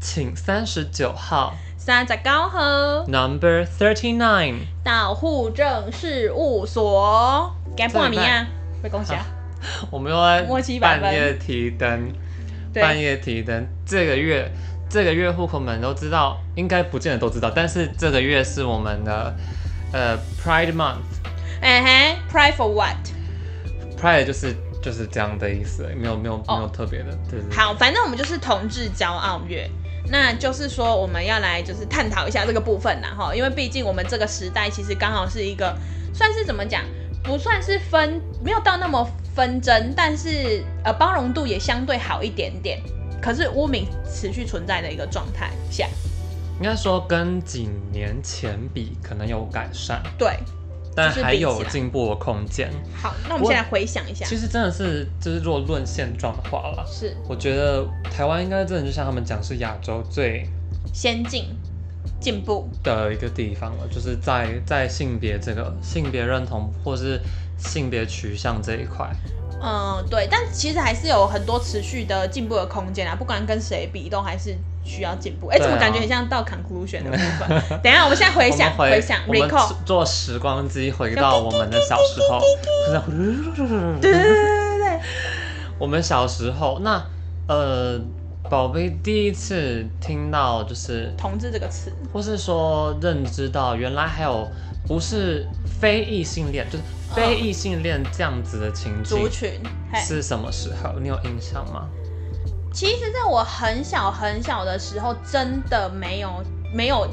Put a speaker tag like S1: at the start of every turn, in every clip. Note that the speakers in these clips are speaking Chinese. S1: 请三十九号
S2: 三十九号
S1: Number Thirty Nine
S2: 到户政事务所，给
S1: 这
S2: 报
S1: 礼
S2: 名
S1: 拜
S2: 啊！被恭喜啊！
S1: 我们又在
S2: 默契百分
S1: 半夜提灯，
S2: 对
S1: 半夜提灯。这个月，这个月户口们都知道，应该不见得都知道，但是这个月是我们的呃 Pride Month，Pride
S2: 哎嘿，Pray for what？
S1: 就是就是这样的意思，没有没有没有特别的，对对。
S2: 哦好，反正我们就是同志骄傲月，那就是说我们要来就是探讨一下这个部分啦啊哈，因为毕竟我们这个时代其实刚好是一个算是怎么讲，不算是分没有到那么纷争，但是呃包容度也相对好一点点，可是污名持续存在的一个状态下，
S1: 应该说跟几年前比可能有改善，
S2: 对，
S1: 但
S2: 就是
S1: 还
S2: 比起
S1: 有
S2: 来
S1: 进步的空间。
S2: 好，那我
S1: 不
S2: 们
S1: 过
S2: 现在回想一下，
S1: 其实真的是就是如果论现状的话啦，
S2: 是
S1: 我觉得台湾应该真的就像他们讲是亚洲最
S2: 先进进步，
S1: 的一个地方了，就是在在性别这个性别认同或是性别取向这一块，
S2: 嗯，对，但其实还是有很多持续的进步的空间啊，不管跟谁比，都还是需要进步。哎、
S1: 对啊
S2: 怎么感觉很像到 conclusion 的部分？等一下，我们现在回想
S1: 我们回
S2: 想
S1: 我们
S2: recall，
S1: 坐时光机回到我们的小时候，不
S2: 对对
S1: 是
S2: 对对对对，
S1: 我们小时候那呃，宝贝第一次听到就是，
S2: 同志这个词，
S1: 或是说认知到原来还有不是非异性恋，就是非异性恋这样子的情
S2: 族
S1: 境
S2: 群，嘿，
S1: 是什么时候？你有印象吗？
S2: 其实在我很小很小的时候，真的没有没有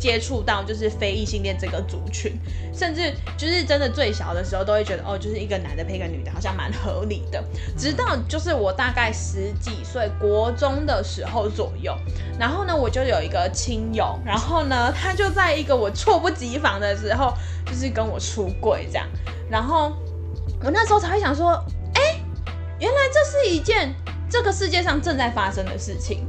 S2: 接触到就是非异性恋这个族群，甚至就是真的最小的时候都会觉得哦，就是一个男的配一个女的，好像蛮合理的。直到就是我大概十几岁国中的时候左右，然后呢，我就有一个亲友，然后呢，他就在一个我猝不及防的时候，就是跟我出柜这样，然后我那时候才会想说，哎、原来这是一件这个世界上正在发生的事情，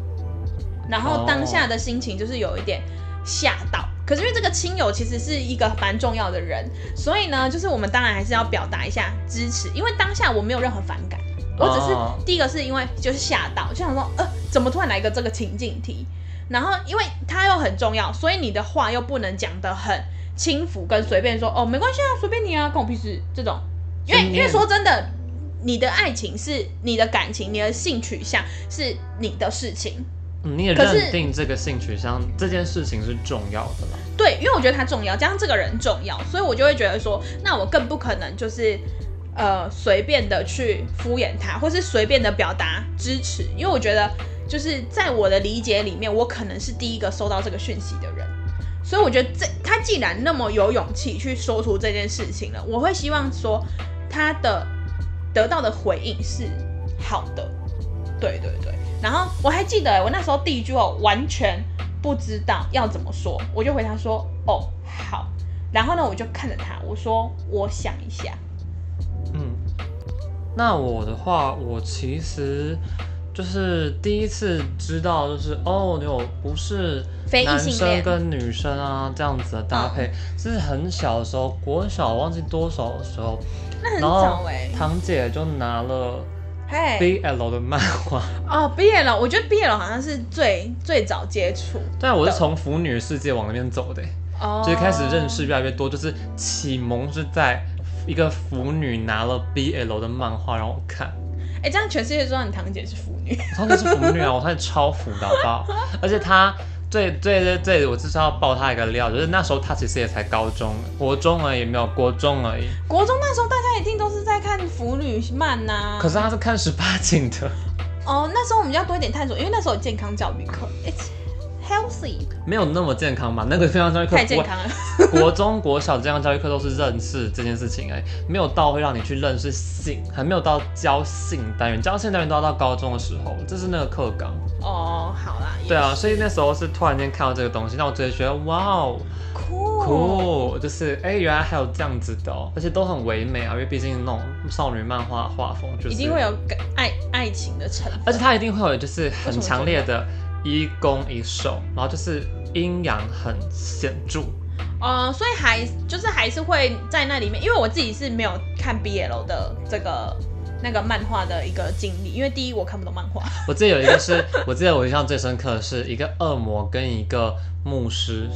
S2: 然后当下的心情就是有一点吓到。可是因为这个亲友其实是一个蛮重要的人，所以呢，就是我们当然还是要表达一下支持，因为当下我没有任何反感，我只是
S1: 哦
S2: 第一个是因为就是吓到，就想说，呃，怎么突然来个这个情境题？然后因为它又很重要，所以你的话又不能讲得很轻浮跟随便说，哦，没关系啊，随便你啊，关我屁事这种。因为
S1: 经验
S2: 因为说真的，你的爱情是你的感情，你的性取向是你的事情。
S1: 嗯你也
S2: 可是
S1: 认定这个性取向这件事情是重要的啦。
S2: 对，因为我觉得他重要，加上这个人重要，所以我就会觉得说，那我更不可能就是呃随便的去敷衍他，或是随便的表达支持，因为我觉得就是在我的理解里面，我可能是第一个收到这个讯息的人，所以我觉得这他既然那么有勇气去说出这件事情了，我会希望说他的得到的回应是好的，对对对。然后我还记得我那时候第一句话我完全不知道要怎么说，我就回他说：“哦，好。”然后呢，我就看着他，我说：“我想一下。
S1: 嗯，那我的话，我其实就是第一次知道，就是哦，有不是
S2: 非异
S1: 男
S2: 性
S1: 生
S2: 恋嗯
S1: 跟女生啊这样子的搭配，是很小的时候，国小忘记多少的时候，”
S2: 那
S1: 然
S2: 很早
S1: 后
S2: 哎、
S1: 堂姐就拿了
S2: 欸，嘿，
S1: BL 的漫画，
S2: 哦，毕业了，我觉得毕业了好像是最最早接触，
S1: 对啊，我是从腐女世界往那边走的、欸
S2: 哦，
S1: 就是开始认识越来越多，就是启蒙是在一个腐女拿了 BL 的漫画让我看，
S2: 哎、这样全世界知道你堂姐是腐女，
S1: 她就是腐女啊，我她超腐的好不 好？而且她最最最最，我就是要爆她一个料，就是那时候她其实也才高中、国中而已，没有国中而已，
S2: 国中那时候大家一定都是在看腐女漫呐、
S1: 可是她是看十八禁的，
S2: 哦，那时候我们要多一点探索，因为那时候有健康教育课，it's healthy，
S1: 没有那么健康吧？那个健康教育课
S2: 太健
S1: 国
S2: 康了，
S1: 国中、国小健康教育课都是认识这件事情而已，没有到会让你去认识性，还没有到教性单元，教性单元都要到高中的时候，这是那个课纲。
S2: 哦，好啦，也
S1: 对啊，所以那时候是突然间看到这个东西，那我直接觉得哇哦，
S2: 酷
S1: 酷，就是哎、原来还有这样子的、哦，而且都很唯美啊，因为毕竟那种少女漫画画风就是
S2: 一定会，有感爱爱情的成分，
S1: 而且它一定会有就是很强烈
S2: 为
S1: 的一攻一受，然后就是阴阳很显著，
S2: 呃，所以还就是还是会在那里面，因为我自己是没有看 BL 的这个那个漫画的一个经历，因为第一我看不懂漫画，
S1: 我记得有一个 是，我记得我印象最深刻的是一个恶魔跟一个牧师，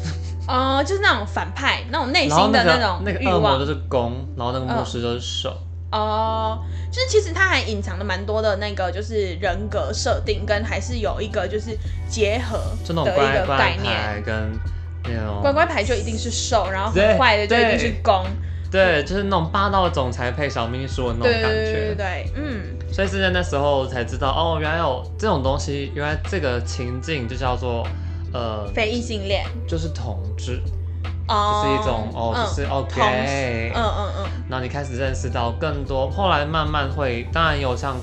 S2: 呃，就是那种反派那种内
S1: 然后
S2: 心
S1: 那
S2: 的
S1: 个
S2: 种
S1: 那个
S2: 欲
S1: 恶魔
S2: 望
S1: 就，是弓，然后那个牧
S2: 嗯
S1: 师就是手。
S2: 哦、就是其实它还隐藏了蛮多的那个，就是人格设定跟还是有一个就是结合
S1: 就
S2: 的
S1: 那种
S2: 一
S1: 乖
S2: 个概
S1: 乖
S2: 念。
S1: 牌跟那种
S2: 乖乖牌就一定是受，然后
S1: 对
S2: 很坏的就一定是
S1: 对
S2: 攻，
S1: 对，就是那种霸道总裁配小秘书的那
S2: 对
S1: 种
S2: 对
S1: 感
S2: 对对
S1: 觉。
S2: 对，嗯，
S1: 所以是在那时候才知道，哦，原来有这种东西，原来这个情境就叫做，呃，
S2: 非异性恋，
S1: 就是同志，
S2: 哦，
S1: 就是一种哦，
S2: 嗯
S1: 就是哦
S2: 同
S1: gay，
S2: 嗯嗯嗯，
S1: 然后你开始认识到更多，后来慢慢会，当然有像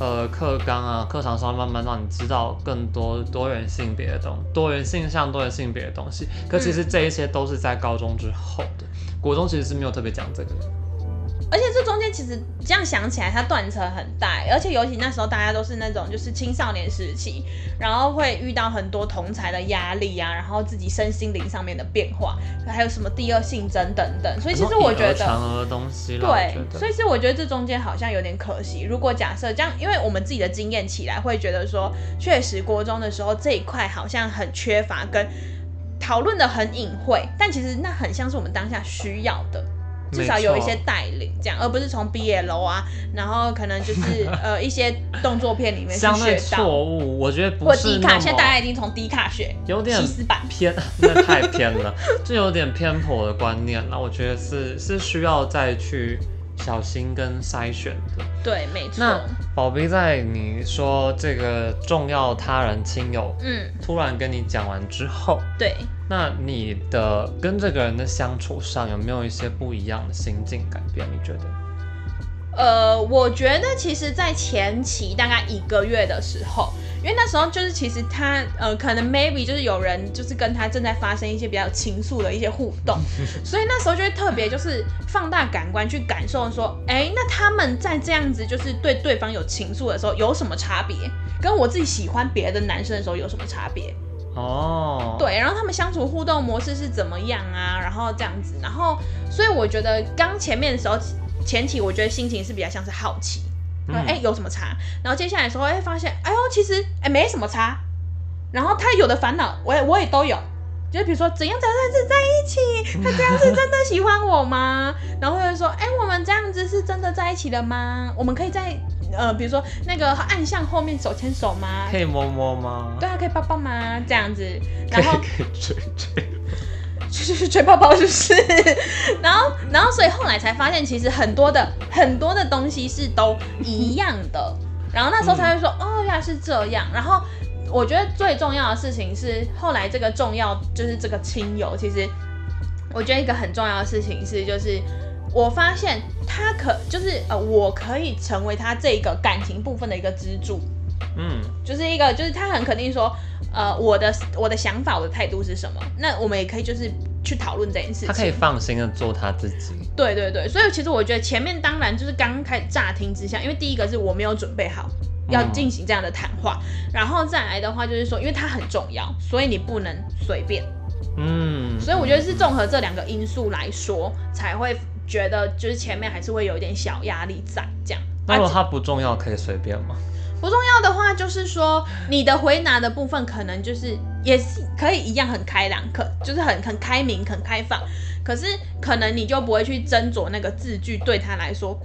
S1: 呃课纲啊、课堂上慢慢让你知道更多多元性别的东、多元性向、多元性别的东西。呃可其实这一些都是在高中之后的，国中其实是没有特别讲这个的。
S2: 而且这中间其实这样想起来，它断层很大，而且尤其那时候大家都是那种就是青少年时期，然后会遇到很多同才的压力啊，然后自己身心灵上面的变化，还有什么第二性征等等，所以其实我觉
S1: 很多以讹传
S2: 得。
S1: 讹的东西啦，
S2: 对
S1: 我，觉
S2: 所
S1: 得
S2: 以其实我觉得这中间好像有点可惜。如果假设这样，因为我们自己的经验起来，会觉得说，确实国中的时候这一块好像很缺乏，跟讨论的很隐晦，但其实那很像是我们当下需要的。至少有一些
S1: 没错
S2: 带领，这样，而不是从 BL 啊，然后可能就是呃一些动作片里面 去
S1: 相对
S2: 学到，
S1: 错误，我觉得不
S2: 或
S1: 是
S2: 低
S1: 那
S2: 卡，现在大家
S1: 么
S2: 已经从低卡学
S1: 有点
S2: 西斯版，
S1: 偏， 那太偏了，这有点偏颇的观念那我觉得是是需要再去小心跟筛选的。
S2: 对，没错，
S1: 那宝贝在你说这个重要他人亲友
S2: 嗯，
S1: 突然跟你讲完之后，
S2: 对，
S1: 那你的跟这个人的相处上有没有一些不一样的心境改变？你觉得？
S2: 呃，我觉得其实，在前期大概一个月的时候，因为那时候就是其实他呃，可能 maybe 就是有人就是跟他正在发生一些比较情愫的一些互动，所以那时候就会特别就是放大感官去感受说，哎、那他们在这样子就是对对方有情愫的时候有什么差别，跟我自己喜欢别的男生的时候有什么差别？
S1: 哦，，
S2: 对，然后他们相处互动模式是怎么样啊？然后这样子，然后所以我觉得刚前面的时候，前期我觉得心情是比较像是好奇，哎、
S1: 嗯，
S2: 有什么差？然后接下来的时候，哎、发现，哎呦，其实哎、没什么差。然后他有的烦恼，我也我也都有，就是比如说怎样怎样子在一起，他这样子真的喜欢我吗？然后就说，哎、我们这样子是真的在一起了吗？我们可以在呃，比如说那个暗巷后面手牵手吗？
S1: 可以摸摸吗？
S2: 对啊，可以抱抱吗？这样子，
S1: 可
S2: 然
S1: 以
S2: 后
S1: 可以追追。
S2: 就是吹泡泡，是不是？ 然后，然后，所以后来才发现，其实很多的很多的东西是都一样的。然后那时候才会说，哦，原来是这样。然后我觉得最重要的事情是，后来这个重要就是这个亲友，其实我觉得一个很重要的事情是，就是我发现他可就是呃，我可以成为他这个感情部分的一个支柱。
S1: 嗯，
S2: 就是一个，就是他很肯定说，呃，我的我的想法，我的态度是什么？那我们也可以就是去讨论这件事
S1: 他可
S2: 情。
S1: 以放心的做他自己。
S2: 对对对，所以其实我觉得前面当然就是刚开始乍听之下，因为第一个是我没有准备好要
S1: 嗯
S2: 进行这样的谈话，然后再来的话就是说，因为它很重要，所以你不能随便。
S1: 嗯，
S2: 所以我觉得是综合这两个因素来说，才会觉得就是前面还是会有一点小压力在这样。
S1: 那如
S2: 啊
S1: 果他不重要，可以随便吗？
S2: 不重要的话，就是说你的回答的部分可能就是也是可以一样很开朗，可就是很很开明、很开放，可是可能你就不会去斟酌那个字句对他来说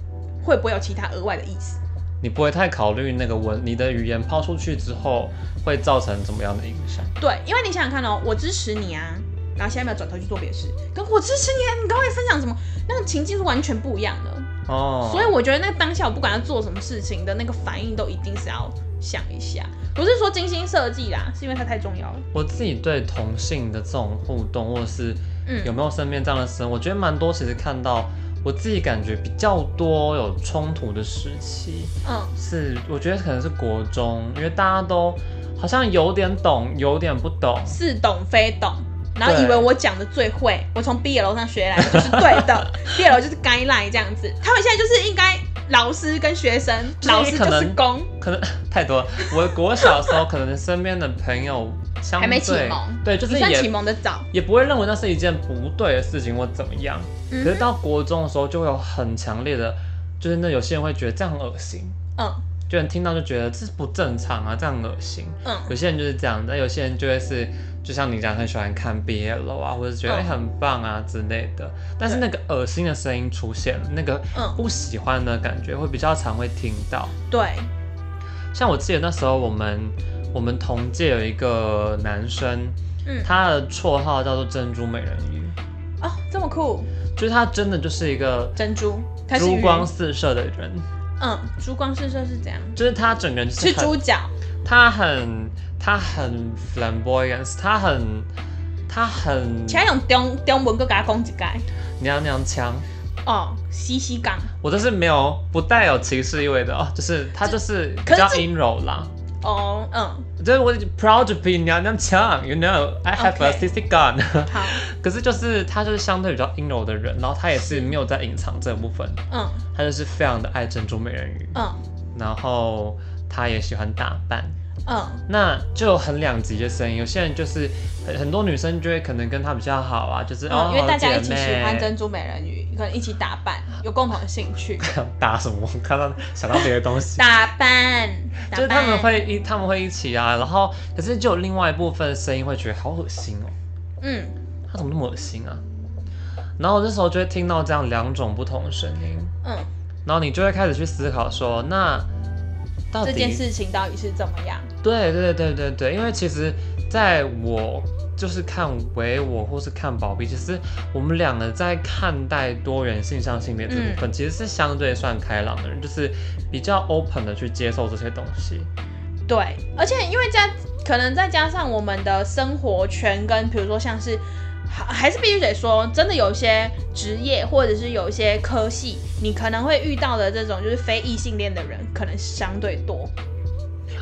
S2: 会不会有其他额外的意思。
S1: 你不会太考虑那个文，你的语言抛出去之后会造成怎么样的影响？
S2: 对，因为你想想看哦，我支持你啊，然后下一秒转头去做别的事，跟我支持你啊，你跟我也分享什么，那个情境是完全不一样的。
S1: 哦，
S2: 所以我觉得那当下我不管要做什么事情的那个反应都一定是要想一下，不是说精心设计啦，是因为它太重要了。
S1: 我自己对同性的这种互动，或者是
S2: 嗯
S1: 有没有身边这样的事，我觉得蛮多。其实看到我自己感觉比较多有冲突的时期
S2: 嗯，
S1: 是，我觉得可能是国中，因为大家都好像有点懂，有点不懂。
S2: 似懂非懂，然后
S1: 对
S2: 以为我讲的最会，我从 B 楼上学来的就是对 的，B 楼就是该赖这样子。他们现在就是应该老师跟学生，
S1: 就是
S2: 老师就
S1: 可
S2: 是
S1: 能
S2: 公，
S1: 可能 太多了。我国小的时候，可能身边的朋友相对
S2: 还没启蒙
S1: 对，就是
S2: 你算
S1: 也
S2: 启蒙的早。
S1: 也不会认为那是一件不对的事情或怎么样。
S2: 嗯
S1: 可是到国中的时候，就会有很强烈的就是那有些人会觉得这样很恶心，
S2: 嗯
S1: 就人听到就觉得这是不正常啊，这样很恶心。
S2: 嗯
S1: 有些人就是这样，但有些人就会是，就像你讲，很喜欢看 BL 啊，或者觉得、
S2: 嗯
S1: 哎很棒啊之类的。但是那个恶心的声音出现了，那个
S2: 嗯，
S1: 不喜欢的感觉会比较常会听到。
S2: 对，
S1: 像我记得那时候我们我们同届有一个男生，
S2: 嗯，
S1: 他的绰号叫做珍珠美人鱼，
S2: 哦，这么酷，
S1: 就是他真的就是一个
S2: 珍珠，它是
S1: 珠
S2: 鱼
S1: 光，四射的人，
S2: 嗯，珠光四射是怎样？
S1: 就是他整个人就是是
S2: 猪
S1: 很
S2: 脚，
S1: 他很他很 flamboyance，他很他很
S2: 其他用中中文佮甲我讲一解，
S1: 娘娘腔。
S2: 哦，西西港，
S1: 我这是没有不带有歧视意味的哦，就是他就是比
S2: 可是
S1: 较
S2: 这
S1: 阴柔啦。
S2: 哦，嗯，
S1: 就是我 proud to be 娘娘腔，you know I have a
S2: OK
S1: sissy gun 。
S2: 好，
S1: 可是就是他就是相对比较阴柔的人，然后他也是没有在隐藏这部分，
S2: 嗯
S1: 他就是非常的爱珍珠美人鱼，
S2: 嗯
S1: 然后他也喜欢打扮，
S2: 嗯
S1: 那就有很两极的声音。有些人就是很很多女生就会可能跟他比较好啊，就是、哦
S2: 嗯，因为大家一起喜欢
S1: 珍
S2: 珍珠美人鱼，可能一起打扮，有共同的兴趣，
S1: 打
S2: 啊
S1: 什么？我看到想到别的东西。
S2: 打扮，打扮
S1: 就是他们，会一他们会一起啊，然后可是就有另外一部分声音会觉得好恶心哦，
S2: 嗯
S1: 他怎么那么恶心啊？然后我这时候就会听到这样两种不同的声音，
S2: 嗯，
S1: 然后你就会开始去思考说，那到底
S2: 这件事情到底是怎么样？
S1: 对对对对对，因为其实在我就是看唯我或是看宝碧，其实我们两个在看待多元性向性别这部
S2: 嗯
S1: 分，其实是相对算开朗的人，就是比较 open 的去接受这些东西。
S2: 对，而且因为加可能再加上我们的生活圈跟比如说像是。还还是必须得说，真的有一些职业或者是有一些科系，你可能会遇到的这种就是非异性恋的人，可能相对多。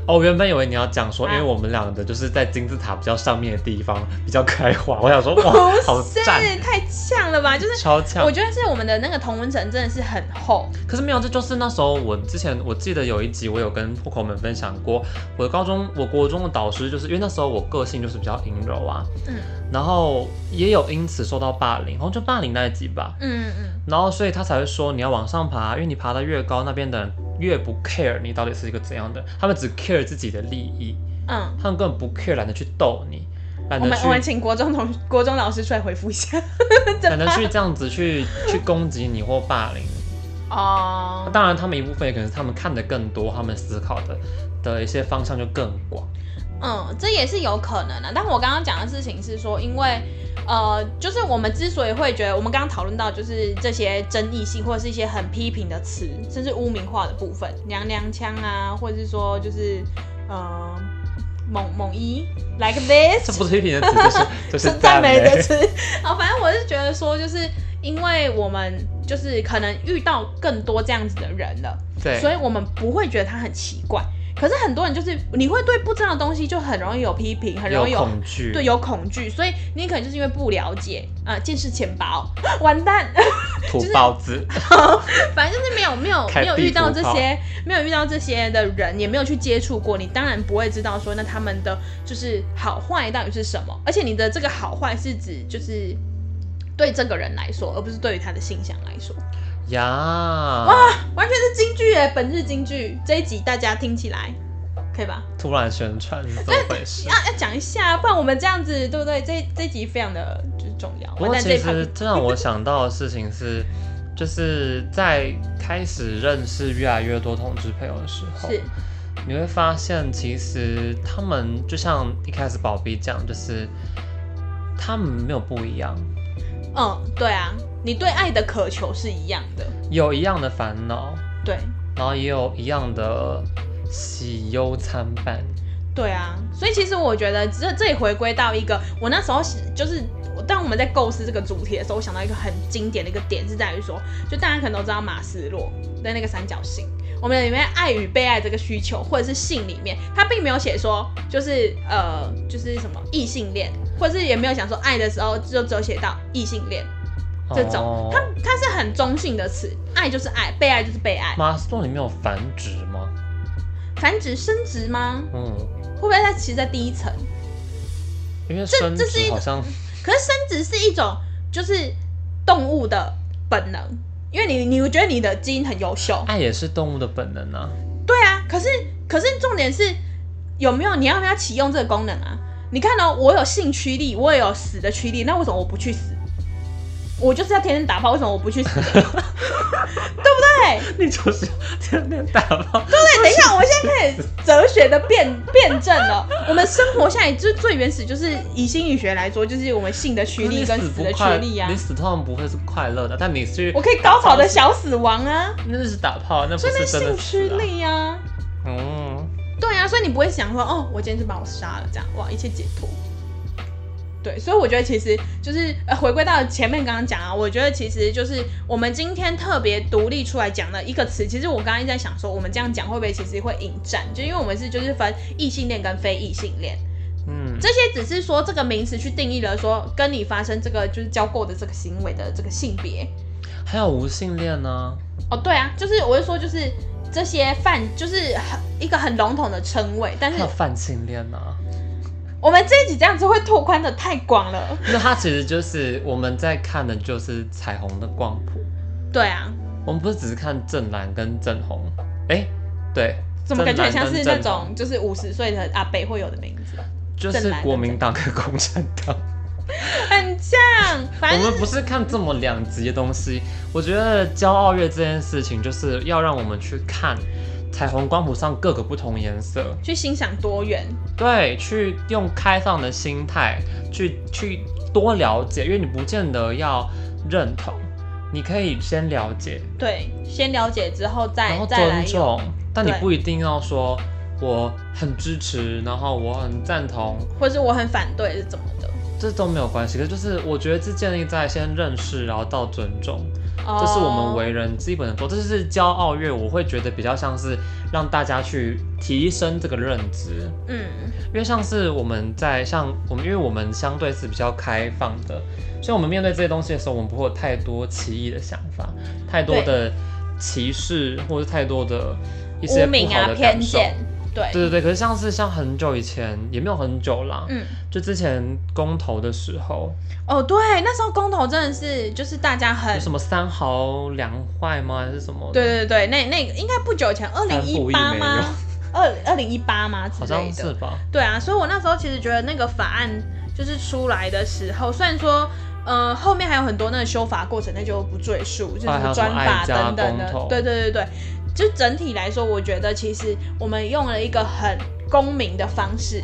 S1: 哦，我原本以为你要讲说，因
S2: 啊
S1: 为我们两个就是在金字塔比较上面的地方比较开化，我想说哇，好
S2: 不是
S1: 赞，
S2: 太呛了吧？就是
S1: 超强
S2: 我。觉得是我们的那个同温层真的是很厚。
S1: 可是没有，这就是那时候我之前我记得有一集我有跟户口们分享过，我的高中我国中的导师就是因为那时候我个性就是比较阴柔啊，
S2: 嗯
S1: 然后也有因此受到霸凌，好像就霸凌那一集吧，
S2: 嗯嗯
S1: 然后所以他才会说你要往上爬，因为你爬得越高，那边的人越不 care 你到底是一个怎样的人，他们只 care 自己的利益，
S2: 嗯，
S1: 他们根本不 care 懒得去逗你，懒
S2: 我
S1: 得
S2: 们我们
S1: 去
S2: 请国中同国中老师出来回复一下。
S1: 懒得去这样子去去攻击你或霸凌你。
S2: 哦，
S1: 当然，他们一部分也可能是他们看的更多，他们思考的的一些方向就更广。
S2: 嗯，这也是有可能的、但我刚刚讲的事情是说，因为呃，就是我们之所以会觉得，我们刚刚讨论到就是这些争议性或者是一些很批评的词，甚至污名化的部分，娘娘腔啊，或者是说就是呃猛猛一 like this，
S1: 这不是批评的词，这是这
S2: 是
S1: 是
S2: 赞美的
S1: 词。
S2: 词。哦，反正我是觉得说，就是因为我们就是可能遇到更多这样子的人了，
S1: 对，
S2: 所以我们不会觉得他很奇怪。可是很多人就是你会对不知道的东西就很容易有批评，很容易
S1: 有
S2: 有。
S1: 恐惧。
S2: 对，有恐惧，所以你可能就是因为不了解啊、见识浅薄， 完蛋，
S1: 土包子。
S2: 反正就是没有没有
S1: 开
S2: 没
S1: 地
S2: 有遇到
S1: 图
S2: 这
S1: 炮
S2: 些没有遇到这些的人，也没有去接触过，你当然不会知道说那他们的就是好坏到底是什么。而且你的这个好坏是指就是对这个人来说，而不是对于他的性向来说，
S1: 呀！
S2: 啊完全是京剧耶！本日京剧这一集大家听起来可以吧？
S1: 突然宣传是怎么回事？
S2: 啊，要讲一下，不然我们这样子对不对？这这一集非常的就是重要。
S1: 不
S2: 完
S1: 过
S2: 蛋这
S1: 其
S2: 一趴
S1: 实这让我想到的事情是，就是在开始认识越来越多同志朋友的时候，
S2: 是
S1: 你会发现，其实他们就像一开始宝碧讲，就是他们没有不一样，
S2: 嗯，对啊，你对爱的渴求是一样的，
S1: 有一样的烦恼，
S2: 对。
S1: 然后也有一样的喜忧参半。
S2: 对啊，所以其实我觉得这这也回归到一个，我那时候是就是，当我们在构思这个主题的时候，我想到一个很经典的一个点是在于说，就大家可能都知道马斯洛的那个三角形，我们里面爱与被爱这个需求，或者是性里面，他并没有写说就是呃就是什么异性恋，或者是也没有想说爱的时候就只有写到异性恋这种
S1: 哦，
S2: 它它是很中性的词，爱就是爱，被爱就是被爱，
S1: 马斯洛里面有繁殖吗？
S2: 繁殖生殖吗？
S1: 嗯，
S2: 会不会它其实在第一层？
S1: 因为生
S2: 这是一
S1: 殖
S2: 个
S1: 好像
S2: 可是生殖是一种就是动物的本能，因为你你觉得你的基因很优秀，
S1: 爱也是动物的本能 啊。
S2: 对啊，可是可是重点是有没有你要不要启用这个功能啊？你看哦，我有性驱力，我也有死的驱力，那为什么我不去死？我就是要天天打炮，为什么我不去死？对不对？
S1: 你就是天天打 炮，
S2: 对，哎等一下，我们现在开始哲学的辩辩证了。我们生活下来就是最原始，就是以心理学来说，就是我们性的驱
S1: 你
S2: 力跟
S1: 死不
S2: 死的驱
S1: 快
S2: 力啊
S1: 你。死通常不会是快乐的，但你去
S2: 我可以高潮的小死亡啊，
S1: 那是打炮，那不
S2: 所以那
S1: 是真
S2: 性
S1: 的
S2: 驱
S1: 死啊。
S2: 力啊，
S1: 嗯，
S2: 对啊，所以你不会想说，哦，我今天就把我杀了，这样哇，一切解脱。对，所以我觉得其实就是呃，回归到前面刚刚讲啊，我觉得其实就是呃我们今天特别独立出来讲的一个词，其实我刚刚一直在想说，我们这样讲会不会其实会引战？就因为我们是就是分异性恋跟非异性恋。
S1: 嗯，
S2: 这些只是说这个名词去定义了说跟你发生这个就是交媾的这个行为的这个性别。
S1: 还有无性恋呢、
S2: 哦，对啊，就是我是说就是这些泛就是很一个很笼统的称谓，但
S1: 还
S2: 是
S1: 有泛性恋呢、啊。
S2: 我们这一集这样子会拓宽的太广了。
S1: 那它其实就是我们在看的就是彩虹的光谱，
S2: 对啊，
S1: 我们不是只是看正蓝跟正红，哎、对，
S2: 怎么感觉很
S1: 正
S2: 像
S1: 蓝跟
S2: 是那
S1: 正红
S2: 种就是五十岁的阿北会有的名字，
S1: 就
S2: 正
S1: 是
S2: 蓝跟
S1: 国民党跟共产 党。
S2: 很像。反
S1: 我
S2: 正
S1: 们不是看这么两极的东西。我觉得骄傲月这件事情，就是要让我们去看彩虹光谱上各个不同颜色，
S2: 去欣赏多元，
S1: 对，去用开放的心态去去多了解，因为你不见得要认同，你可以先了解，
S2: 对，先了解之后
S1: 然
S2: 再
S1: 后
S2: 再来
S1: 尊
S2: 用，
S1: 重，但你
S2: 对
S1: 不一定要说我很支持，然后我很赞同，
S2: 或是我很反对是怎么的。
S1: 这都没有关系。可是就是我觉得这建立在先认识，然后到尊重。这
S2: 这
S1: 是我们为人基本的做，这就是骄傲月，我会觉得比较像是让大家去提升这个认知，
S2: 嗯
S1: 因为像是我们在像我们，因为我们相对是比较开放的，所以我们面对这些东西的时候，我们不会有太多歧义的想法，太多的歧视或者太多的一些
S2: 污
S1: 不
S2: 名
S1: 好
S2: 啊
S1: 的
S2: 偏
S1: 感受。
S2: 见，对，
S1: 对对啊对，可是像是像很久以前也没有很久啦，
S2: 嗯，
S1: 就之前公投的时候，
S2: 哦，对，那时候公投真的是就是大家很
S1: 有什么三好两坏吗？还是什么？
S2: 对对对，那那个应该不久前，二零
S1: 三不一
S2: 一八
S1: 没
S2: 吗
S1: 有？
S2: 二二零一八吗？之
S1: 好
S2: 类
S1: 像是
S2: 的。
S1: 吧。
S2: 对啊，所以我那时候其实觉得那个法案就是出来的时候，虽然说。呃，后面还有很多那个修法过程，那就不赘述，就是
S1: 还有什
S2: 专
S1: 么
S2: 法
S1: 爱家
S2: 等等
S1: 公
S2: 的
S1: 投。
S2: 对对对对，就整体来说，我觉得其实我们用了一个很公民的方式，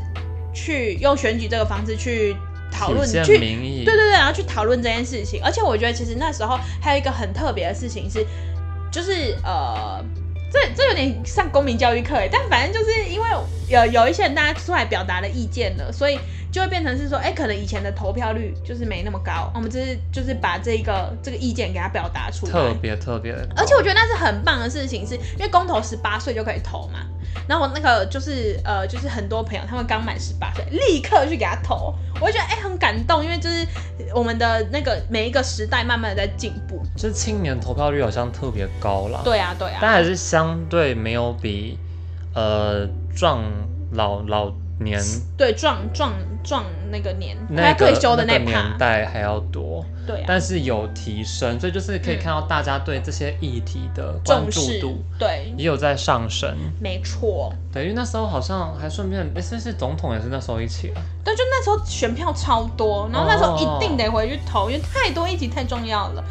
S2: 去用选举这个方式去讨论、
S1: 体现
S2: 去
S1: 民意，
S2: 对对对，然后去讨论这件事情。而且我觉得其实那时候还有一个很特别的事情是，就是呃，这这有点上公民教育课哎，但反正就是因为有有一些人大家出来表达了意见了，所以就会变成是说，哎，可能以前的投票率就是没那么高，我们只是就是把这个这个意见给它表达出来
S1: 特。别特别的高。
S2: 而且我觉得那是很棒的事情是，因为公投十八岁就可以投嘛。然后我那个就是呃，就是很多朋友他们刚满十八岁，立刻去给他投，我就觉得哎、很感动，因为就是我们的那个每一个时代慢慢的在进步。
S1: 就是青年投票率好像特别高啦，，
S2: 对啊，对啊，
S1: 哦但还是相对没有比呃壮老老年
S2: 对撞撞撞那个年，
S1: 那
S2: 还
S1: 个
S2: 退休的
S1: 那个
S2: 趴
S1: 年，代还要多，
S2: 对啊，
S1: 但是有提升，所以就是可以看到大家对这些议题的关
S2: 嗯重
S1: 注
S2: 视
S1: 度
S2: 对，
S1: 也有在上升。
S2: 没错。对
S1: 对，因为那时候好像还顺便，诶是不是总统也是那时候一起啊？，
S2: 就那时候选票超多，然后那时候一定得回去投，因为太多议题太重要了。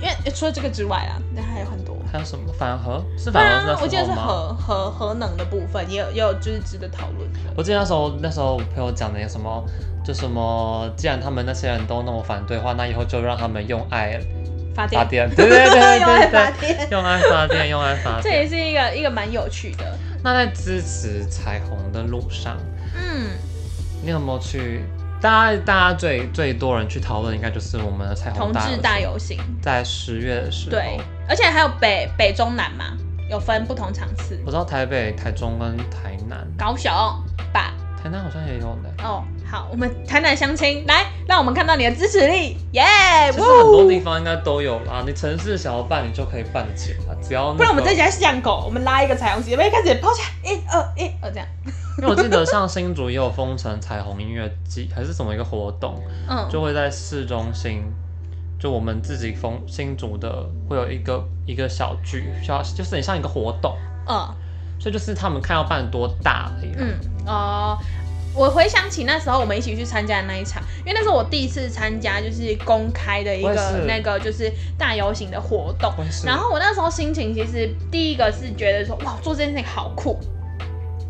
S2: 因为除了这个之外啊，那还有很多。
S1: 还有什么反核？是
S2: 对
S1: 反核是那
S2: 啊
S1: 时，候吗？
S2: 我记得是核核核能的部分，也有也有就是值得讨论的。
S1: 我记得那时候，那时候我朋友讲的有什么，就什么，既然他们那些人都那么反对的话，那以后就让他们用爱
S2: 发电，
S1: 发电， 对对对对
S2: 用爱
S1: 对
S2: 发
S1: 对
S2: 电，
S1: 用爱发电，用爱发
S2: 这
S1: 电。
S2: 也是一个一个蛮有趣的。
S1: 那在支持彩虹的路上，
S2: 嗯，
S1: 你有没有去？大家大家最最多人去讨论，应该就是我们的彩虹
S2: 同
S1: 大
S2: 志大游行，
S1: 在十月的时候。
S2: 对，而且还有北北中南嘛，有分不同场次。
S1: 我知道台北、台中跟台南，
S2: 高雄吧，
S1: 台南好像也有呢。
S2: 哦，好，我们台南相亲，来，让我们看到你的支持力，耶！
S1: 其实很多
S2: 呜
S1: 地方应该都有啦，你城市想要办，你就可以办得起来，只要、那
S2: 不然我们
S1: 个
S2: 在家像狗，我们拉一个彩虹旗，开始抛起来，一二一二这样，
S1: 因为我记得像新竹也有封城彩虹音乐季，还是什么一个活动，
S2: 嗯，
S1: 就会在市中心，就我们自己逢新竹的会有一个一个小剧，小就是很像一个活动，
S2: 嗯
S1: 所以就是他们看要办多大了呀，
S2: 嗯哦、我回想起那时候我们一起去参加的那一场，因为那是我第一次参加就是公开的一
S1: 我也
S2: 个
S1: 是
S2: 那个就是大游行的活动。
S1: 我也是
S2: 然后我那时候心情其实第一个是觉得说哇做这件事情好酷，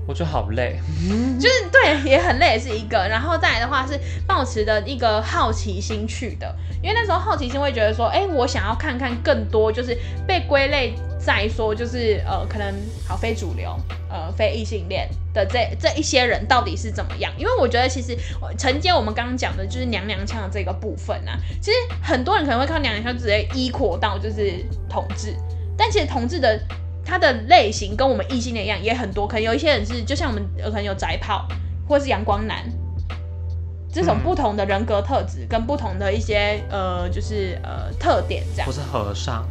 S1: 我觉得好累，嗯
S2: 就是对也很累也是一个，然后再来的话是抱持的一个好奇心去的，因为那时候好奇心会觉得说，哎、我想要看看更多，就是被归类在说就是呃可能好非主流呃非异性恋的这这一些人到底是怎么样？因为我觉得其实呃承接我们刚刚讲的就是娘娘腔的这个部分啊，其实很多人可能会看到娘娘腔直接依扩到就是统治，但其实同志的它的类型跟我们异性恋一样，也很多。可能有一些人是，就像我们呃可能有宅炮，或是阳光男，这种
S1: 嗯
S2: 不同的人格特质跟不同的一些呃，就是呃特点这样
S1: 我是和尚，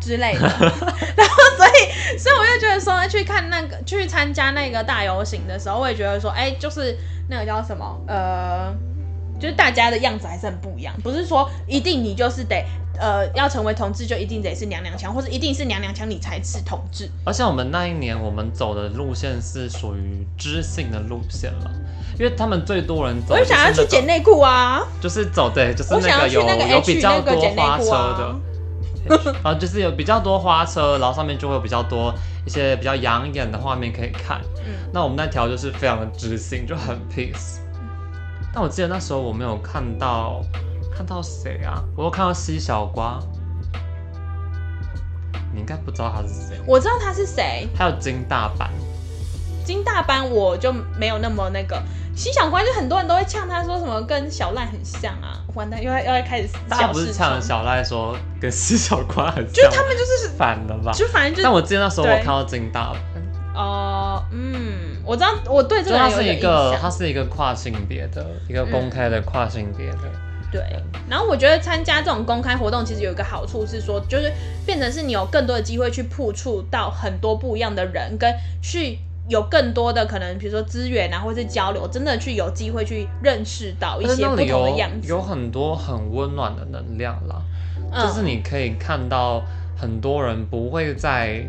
S2: 之类的。然后所以所以我就觉得说，去看那个去参加那个大游行的时候，我也觉得说，哎、就是那个叫什么呃。就是大家的样子还是很不一样，不是说一定你就是得呃要成为同志就一定得是娘娘腔，或者一定是娘娘腔你才是同志，
S1: 而且我们那一年我们走的路线是属于知性的路线了，因为他们最多人走
S2: 我
S1: 的
S2: 就是
S1: 那
S2: 想
S1: 种，
S2: 要去剪内裤啊，
S1: 就是走对，就是
S2: 我想
S1: 那
S2: 要
S1: 个
S2: 去
S1: 有
S2: 那个
S1: 有
S2: H
S1: 比较
S2: 那个
S1: 多
S2: 剪内
S1: 花
S2: 裤
S1: 车的
S2: 啊。
S1: 啊，就是有比较多花车，然后上面就会有比较多一些比较养眼的画面可以看。
S2: 嗯，
S1: 那我们那条就是非常的知性，就很 peace。但我记得那时候我没有看到看到谁啊，我有看到西小瓜，你应该不知道他是谁。
S2: 我知道他是谁，
S1: 还有金大阪，
S2: 金大班我就没有那么那个。西小关就很多人都会呛他说什么跟小赖很像啊，完蛋又要又要开始
S1: 大家
S2: 小
S1: 不是
S2: 事
S1: 唱
S2: 情
S1: 小赖说跟西小瓜很像，
S2: 就是他们就是
S1: 反了吧？
S2: 就反正
S1: 但
S2: 就
S1: 我记得那时候我
S2: 对
S1: 看到金大阪，
S2: 哦、嗯，我知道我对这
S1: 就
S2: 个
S1: 他
S2: 人有
S1: 是一
S2: 印
S1: 个
S2: 象嗯
S1: 他是一个跨性别的一个公开的跨性别的。
S2: 对。然后我觉得参加这种公开活动其实有一个好处是说，就是变成是你有更多的机会去碰触到很多不一样的人，跟去。有更多的可能，比如说资源啊，或是交流，真的去有机会去认识到一
S1: 但是
S2: 些
S1: 那
S2: 不
S1: 里
S2: 同的
S1: 有
S2: 样子，
S1: 有很多很温暖的能量啦，
S2: 嗯
S1: 就是你可以看到很多人不会在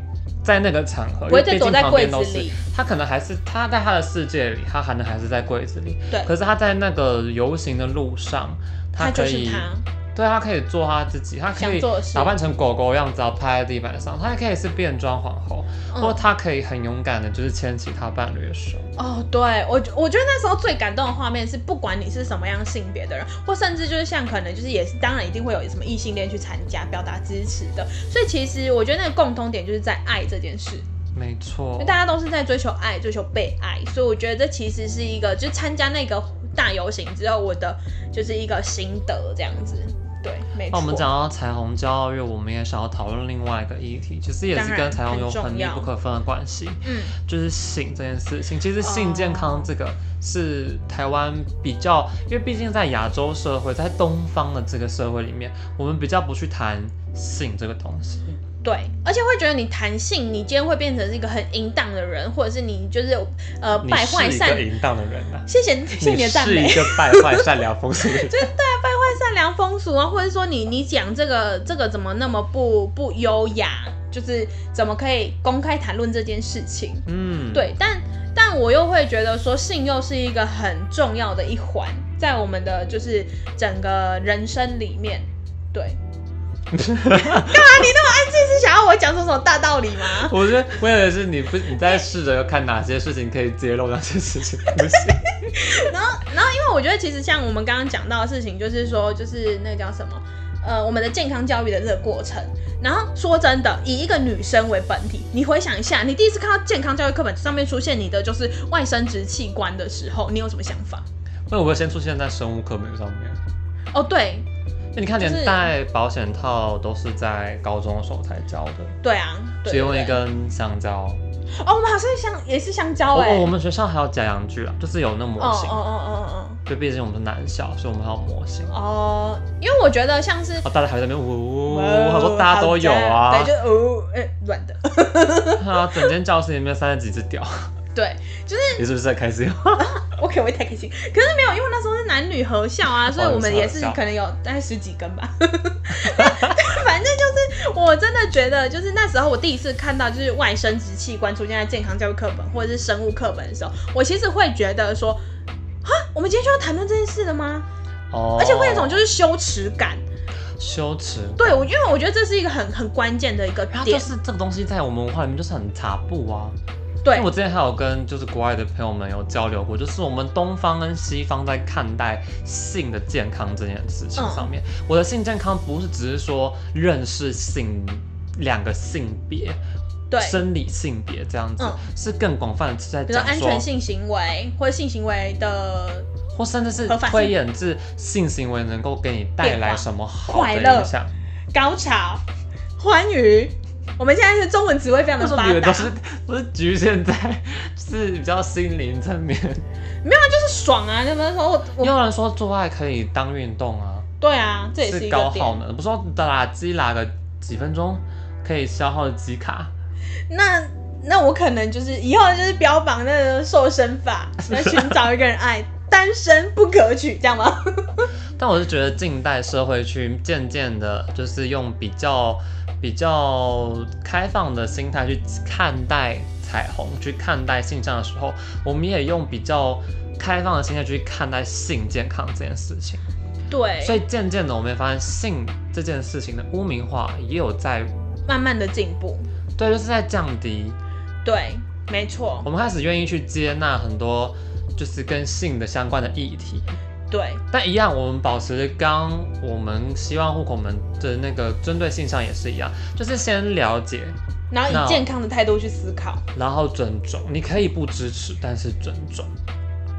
S1: 在那个场合，
S2: 不会
S1: 因为
S2: 再
S1: 毕
S2: 躲
S1: 竟
S2: 在
S1: 旁
S2: 柜
S1: 边
S2: 子
S1: 都是
S2: 里，
S1: 他可能还是他在他的世界里，他可能还是在柜子里，
S2: 对
S1: 可是他在那个游行的路上，
S2: 嗯他就
S1: 可
S2: 是
S1: 以，
S2: 他，
S1: 对他可以做他自己，他可
S2: 想
S1: 以
S2: 做的事
S1: 打扮成狗狗样子，然后趴在地板上，他也可以是变装皇后，或
S2: 嗯，
S1: 他可以很勇敢的，就是牵起他伴侣的手。
S2: 哦，对我觉我觉得那时候最感动的画面是，不管你是什么样性别的人，或甚至就是像可能就是也是当然一定会有什么异性恋去参加表达支持的，所以其实我觉得那个共通点就是在爱这件事，
S1: 没
S2: 因
S1: 错
S2: 为，大家都是在追求爱，追求被爱，所以我觉得这其实是一个就参加那个大游行之后我的就是一个心得这样子，对，没
S1: 那
S2: 错。
S1: 我们讲到彩虹骄傲月，我们也想要讨论另外一个议题，其实也是
S2: 当然
S1: 跟彩虹有
S2: 很重
S1: 很密
S2: 要
S1: 不可分的关系，
S2: 嗯，
S1: 就是性这件事情。其实性
S2: 哦
S1: 健康这个是台湾比较，因为毕竟在亚洲社会，在东方的这个社会里面，我们比较不去谈性这个东西。
S2: 嗯对，而且会觉得你弹性，你今天会变成是一个很淫荡的人，或者是你就是呃
S1: 你
S2: 败坏
S1: 是一
S2: 善
S1: 个淫荡的人啊，
S2: 谢谢你谢谢你的赞
S1: 是
S2: 美
S1: 一。个败坏善良风俗的人。
S2: 败坏善良风俗啊，或者说你你讲这个这个怎么那么不不优雅，就是怎么可以公开谈论这件事情？
S1: 嗯，，
S2: 对，但但我又会觉得说性又是一个很重要的一环，在我们的就是整个人生里面，对。
S1: 嗯
S2: 干嘛？你那么安静是想要我讲出什么大道理 吗？
S1: 我觉得为的是你不你在试着要看哪些事情可以揭露，哪些事情不 行。
S2: 然后，因为我觉得其实像我们刚刚讲到的事情，就是说，就是那个叫什么，呃，我们的健康教育的这个过程。然后说真的，以一个女生为本体，你回想一下，你第一次看到健康教育课本上面出现你的就是外生殖器官的时候，你有什么想法？
S1: 那我会先出现在生物课本上面。
S2: 哦，对，
S1: 因为你看，
S2: 就
S1: 连
S2: 是
S1: 戴保险套都是在高中的时候才教的，
S2: 对啊，对
S1: 只用一。
S2: 对
S1: 根香蕉。
S2: 对哦，我们好像香也是香蕉
S1: 哦，
S2: 哎、
S1: 哦我们学校还有假洋具啊，就是有那模
S2: 哦哦
S1: 型。
S2: 哦
S1: 就毕竟我们是男校，所以我们还有模型。
S2: 哦哦
S1: 哦，
S2: 哦，因为我觉得像是。
S1: 大家还在那边呜，
S2: 哦
S1: 哦我说大家都有啊
S2: 好，赞对，就哦，哎、软的，
S1: 啊，整间教室里面三十几只屌，
S2: 对，
S1: 你是不是在开心？
S2: 我 OK，我会太开心。可是没有，因为那时候是男女合校啊，所以
S1: 哦
S2: 我们也是
S1: 合校
S2: 可能有大概十几根吧。 反正就是，我真的觉得，就是那时候我第一次看到就是外生殖器官出现在健康教育课本或者是生物课本的时候，我其实会觉得说，啊，我们今天就要谈论这件事了吗？
S1: 哦，
S2: 而且会有一种就是羞耻感。
S1: 羞耻感，
S2: 对，我因为我觉得这是一个很很关键的一个
S1: 然后就
S2: 点。
S1: 是这个东西在我们文化里面就是很塔布啊。因
S2: 对
S1: 为我之前还有跟就是国外的朋友们有交流过，就是我们东方跟西方在看待性的健康这件事情
S2: 嗯
S1: 上面，我的性健康不是只是说认识性两个性别，
S2: 对，
S1: 生理性别这样子，
S2: 嗯
S1: 是更广泛的是在
S2: 比如
S1: 讲
S2: 说安
S1: 说
S2: 全性行为或者性行为的
S1: 或甚至是
S2: 合法性
S1: 推演至性行为能够给你带
S2: 变化
S1: 来什么好
S2: 快
S1: 的
S2: 乐
S1: 影响。
S2: 高潮、欢愉。我们现在是中文词汇非常
S1: 为
S2: 的
S1: 什
S2: 发
S1: 么你们都，
S2: 达
S1: 是不是局限在是比较心灵层面？
S2: 就是爽啊！有没有说我
S1: 也
S2: 我
S1: 有人说做爱可以当运动啊，
S2: 对啊，这也是
S1: 是
S2: 一
S1: 高
S2: 个
S1: 耗
S2: 点。
S1: 能，不是说打机打个几分钟可以消耗几卡？
S2: 那那我可能就是以后就是标榜那个瘦身法，
S1: 啊
S2: 来寻找一个人爱，单身不可取，这 样吗？
S1: 但我是觉得近代社会去渐渐的，就是用比较比较开放的心态去看待彩虹，去看待性向的时候，我们也用比较开放的心态去看待性健康这件事情。
S2: 对，
S1: 所以渐渐的，我们也发现性这件事情的污名化也有在，
S2: 慢慢的进步，
S1: 对，就是在降低。
S2: 对，没错
S1: 我，们开始愿意去接纳很多就是跟性的相关的议题。
S2: 对，
S1: 但一样，我们保持刚我们希望户口们的那个针对性上也是一样，就是先了解，
S2: 然后
S1: 那
S2: 以健康的态度去思考，
S1: 然后尊重。你可以不支持，但是尊重。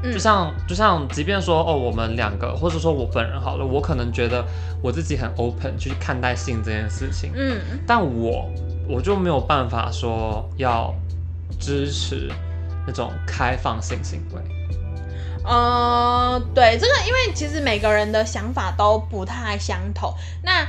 S2: 嗯
S1: 就，像就像，即便说哦，我们两个，或者说我本人好了，我可能觉得我自己很 open 去看待性这件事情，
S2: 嗯，
S1: 但我我就没有办法说要支持那种开放性行为。
S2: 呃，对，这个因为其实每个人的想法都不太相同，那。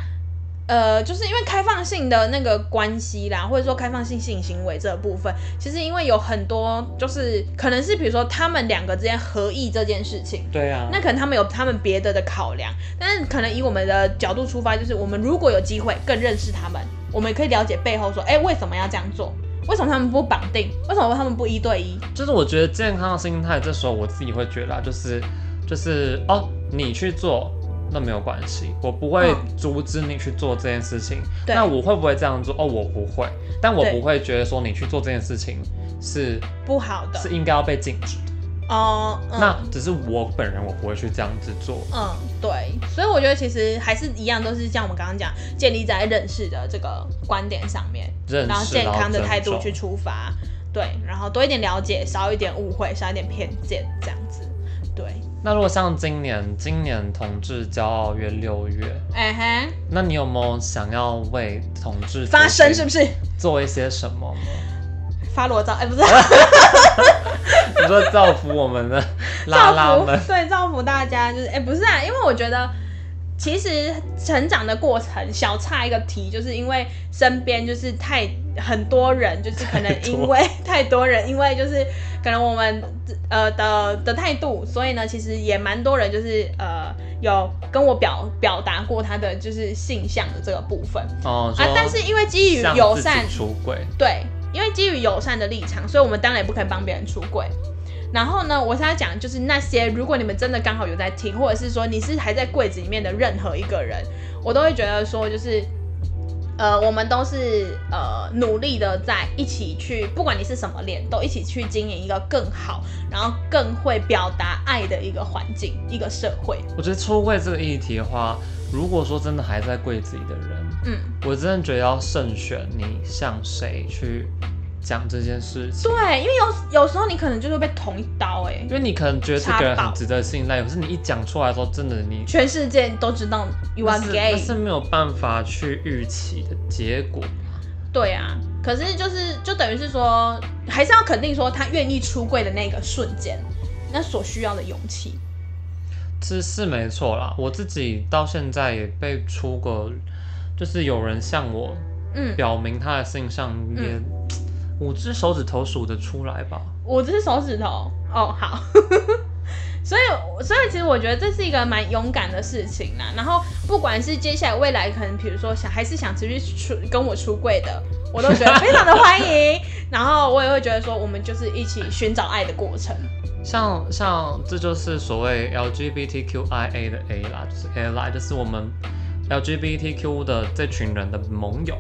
S2: 呃，就是因为开放性的那个关系啦，或者说开放性性行为这部分，其实因为有很多就是可能是比如说他们两个之间合意这件事情，
S1: 对啊，
S2: 那可能他们有他们别的的考量，但是可能以我们的角度出发，就是我们如果有机会更认识他们，我们也可以了解背后说，哎、为什么要这样做？为什么他们不绑定？为什么他们不一对一？
S1: 就是我觉得健康的心态，这时候我自己会觉得、啊，就是就是哦，你去做那没有关系，我不会
S2: 嗯
S1: 阻止你去做这件事情。
S2: 对
S1: 那我会不会这样做？哦，我不会，但我
S2: 对
S1: 不会觉得说你去做这件事情是
S2: 不好的
S1: 是应该要被禁止的。
S2: 哦、嗯
S1: 那只是我本人，我不会去这样子做。
S2: 嗯，对，所以我觉得其实还是一样，都是像我们刚刚讲，建立在认识的这个观点上面，
S1: 认识
S2: 然后健康的态度
S1: 然后
S2: 去
S1: 尊重
S2: 出发，对，然后多一点了解，少一点误会，少一点偏见，这样子，对，
S1: 那如果像今年，今年同志骄傲月六月，
S2: 哎、哼，
S1: 那你有没有想要为同志
S2: 发声是
S1: 族
S2: 不是？
S1: 群做一些什么吗？
S2: 发裸照，哎、 不是。
S1: 你说造福我们的拉
S2: 造
S1: 拉
S2: 福
S1: 们，
S2: 对，造福大家就是，哎、不是啊，因为我觉得其实成长的过程，小差一个题，就是因为身边就是太很多人，就是可能
S1: 太多
S2: 因为太多人，因为就是可能我们呃的的态度，所以呢，其实也蛮多人就是呃有跟我表表达过他的就是性向的这个部分
S1: 哦，
S2: 啊
S1: 说，
S2: 但是因为基于
S1: 向
S2: 友
S1: 自己
S2: 善，
S1: 出轨，
S2: 对，因为基于友善的立场，所以我们当然也不可以帮别人出柜。然后呢，我现在讲就是那些，如果你们真的刚好有在听，或者是说你是还在柜子里面的任何一个人，我都会觉得说，就是，呃，我们都是呃努力的在一起去，不管你是什么脸，都一起去经营一个更好，然后更会表达爱的一个环境，一个社会。
S1: 我觉得出柜这个议题的话，如果说真的还在柜子里的人，
S2: 嗯，
S1: 我真的觉得要慎选你向谁去讲这件事情，
S2: 对，因为有有时候你可能就是会被捅一刀、欸，
S1: 因为你可能觉得这个人
S2: 插爆
S1: 很值得信赖，可是你一讲出来的时候，真的你
S2: 全世界都知道 you
S1: 那
S2: are
S1: 是
S2: gay，
S1: 那是没有办法去预期的结果。
S2: 对啊，可是就是就等于是说，还是要肯定说他愿意出柜的那个瞬间，那所需要的勇气。
S1: 是是没错啦，我自己到现在也被出过，就是有人向我
S2: 嗯，
S1: 表明他的性向也、五只手指头数得出来吧。
S2: 我这是手指头哦，好， 所以，所以其实我觉得这是一个蛮勇敢的事情啦。然后，不管是接下来未来可能，比如说想还是想持续出跟我出柜的，我都觉得非常的欢迎。然后我也会觉得说，我们就是一起寻找爱的过程。
S1: 像像这就是所谓 LGBTQIA 的 A 啦，就是 A 啦，就是我们 LGBTQ 的这群人的盟友。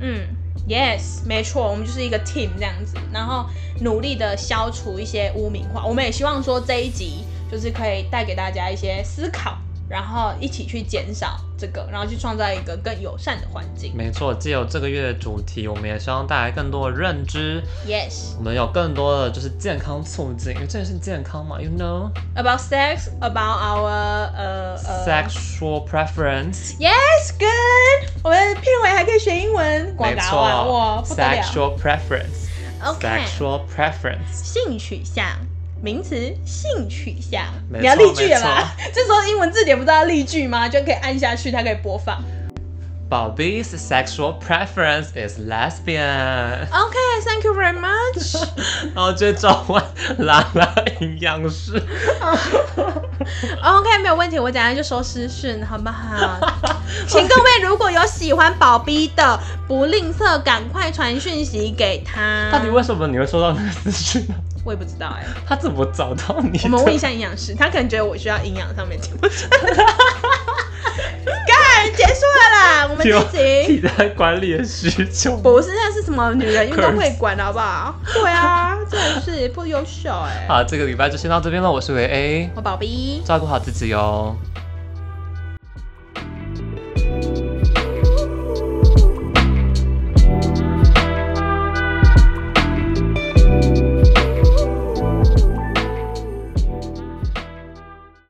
S2: 嗯，yes，没错，我们就是一个 team 这样子，然后努力的消除一些污名化。我们也希望说这一集就是可以带给大家一些思考，然后一起去减少这个，然后去创造一个更友善的环境。
S1: 没错，借由这个月的主题，我们也希望带来更多的认知，
S2: Yes,
S1: 我们有更多的就是健康促进，因为这是健康嘛，you know
S2: about sex, about our 呃呃
S1: sexual preference，
S2: Yes, good。我们片尾还可以学英文，广
S1: 没
S2: 达哇，哇，
S1: 错
S2: 不得了。
S1: ，sexual preference。
S2: OK
S1: Sexual preference，
S2: 性取向，名词性取向，
S1: 没错
S2: 你要例句了吧？ 这时候英文字典不知道要例句吗？就可以按下去，它可以播放。
S1: 宝贝 's sexual preference is lesbian。
S2: OK，Thank、you very much
S1: 然后就召唤拉拉营养 师。
S2: OK，没有问题，我等一下就收私讯，好不好？ 请各位如果有喜欢宝逼的，不吝啬，赶快传讯息给他。
S1: 到底为什么你会收到那个私讯呢？
S2: 我也不知道 哎、
S1: 他怎么找到你的？
S2: 我 们问一下营养师，他可能觉得我需要营养上面节目。 干，结束了啦，我们
S1: 有
S2: 这集。
S1: 替代管理的需求。
S2: 不是，那是什么女人运动会馆，好不好？对啊，真的是不优秀哎、
S1: 好，这个礼拜就先到这边了。我是维 A，
S2: 我宝贝，
S1: 照顾好自己哦。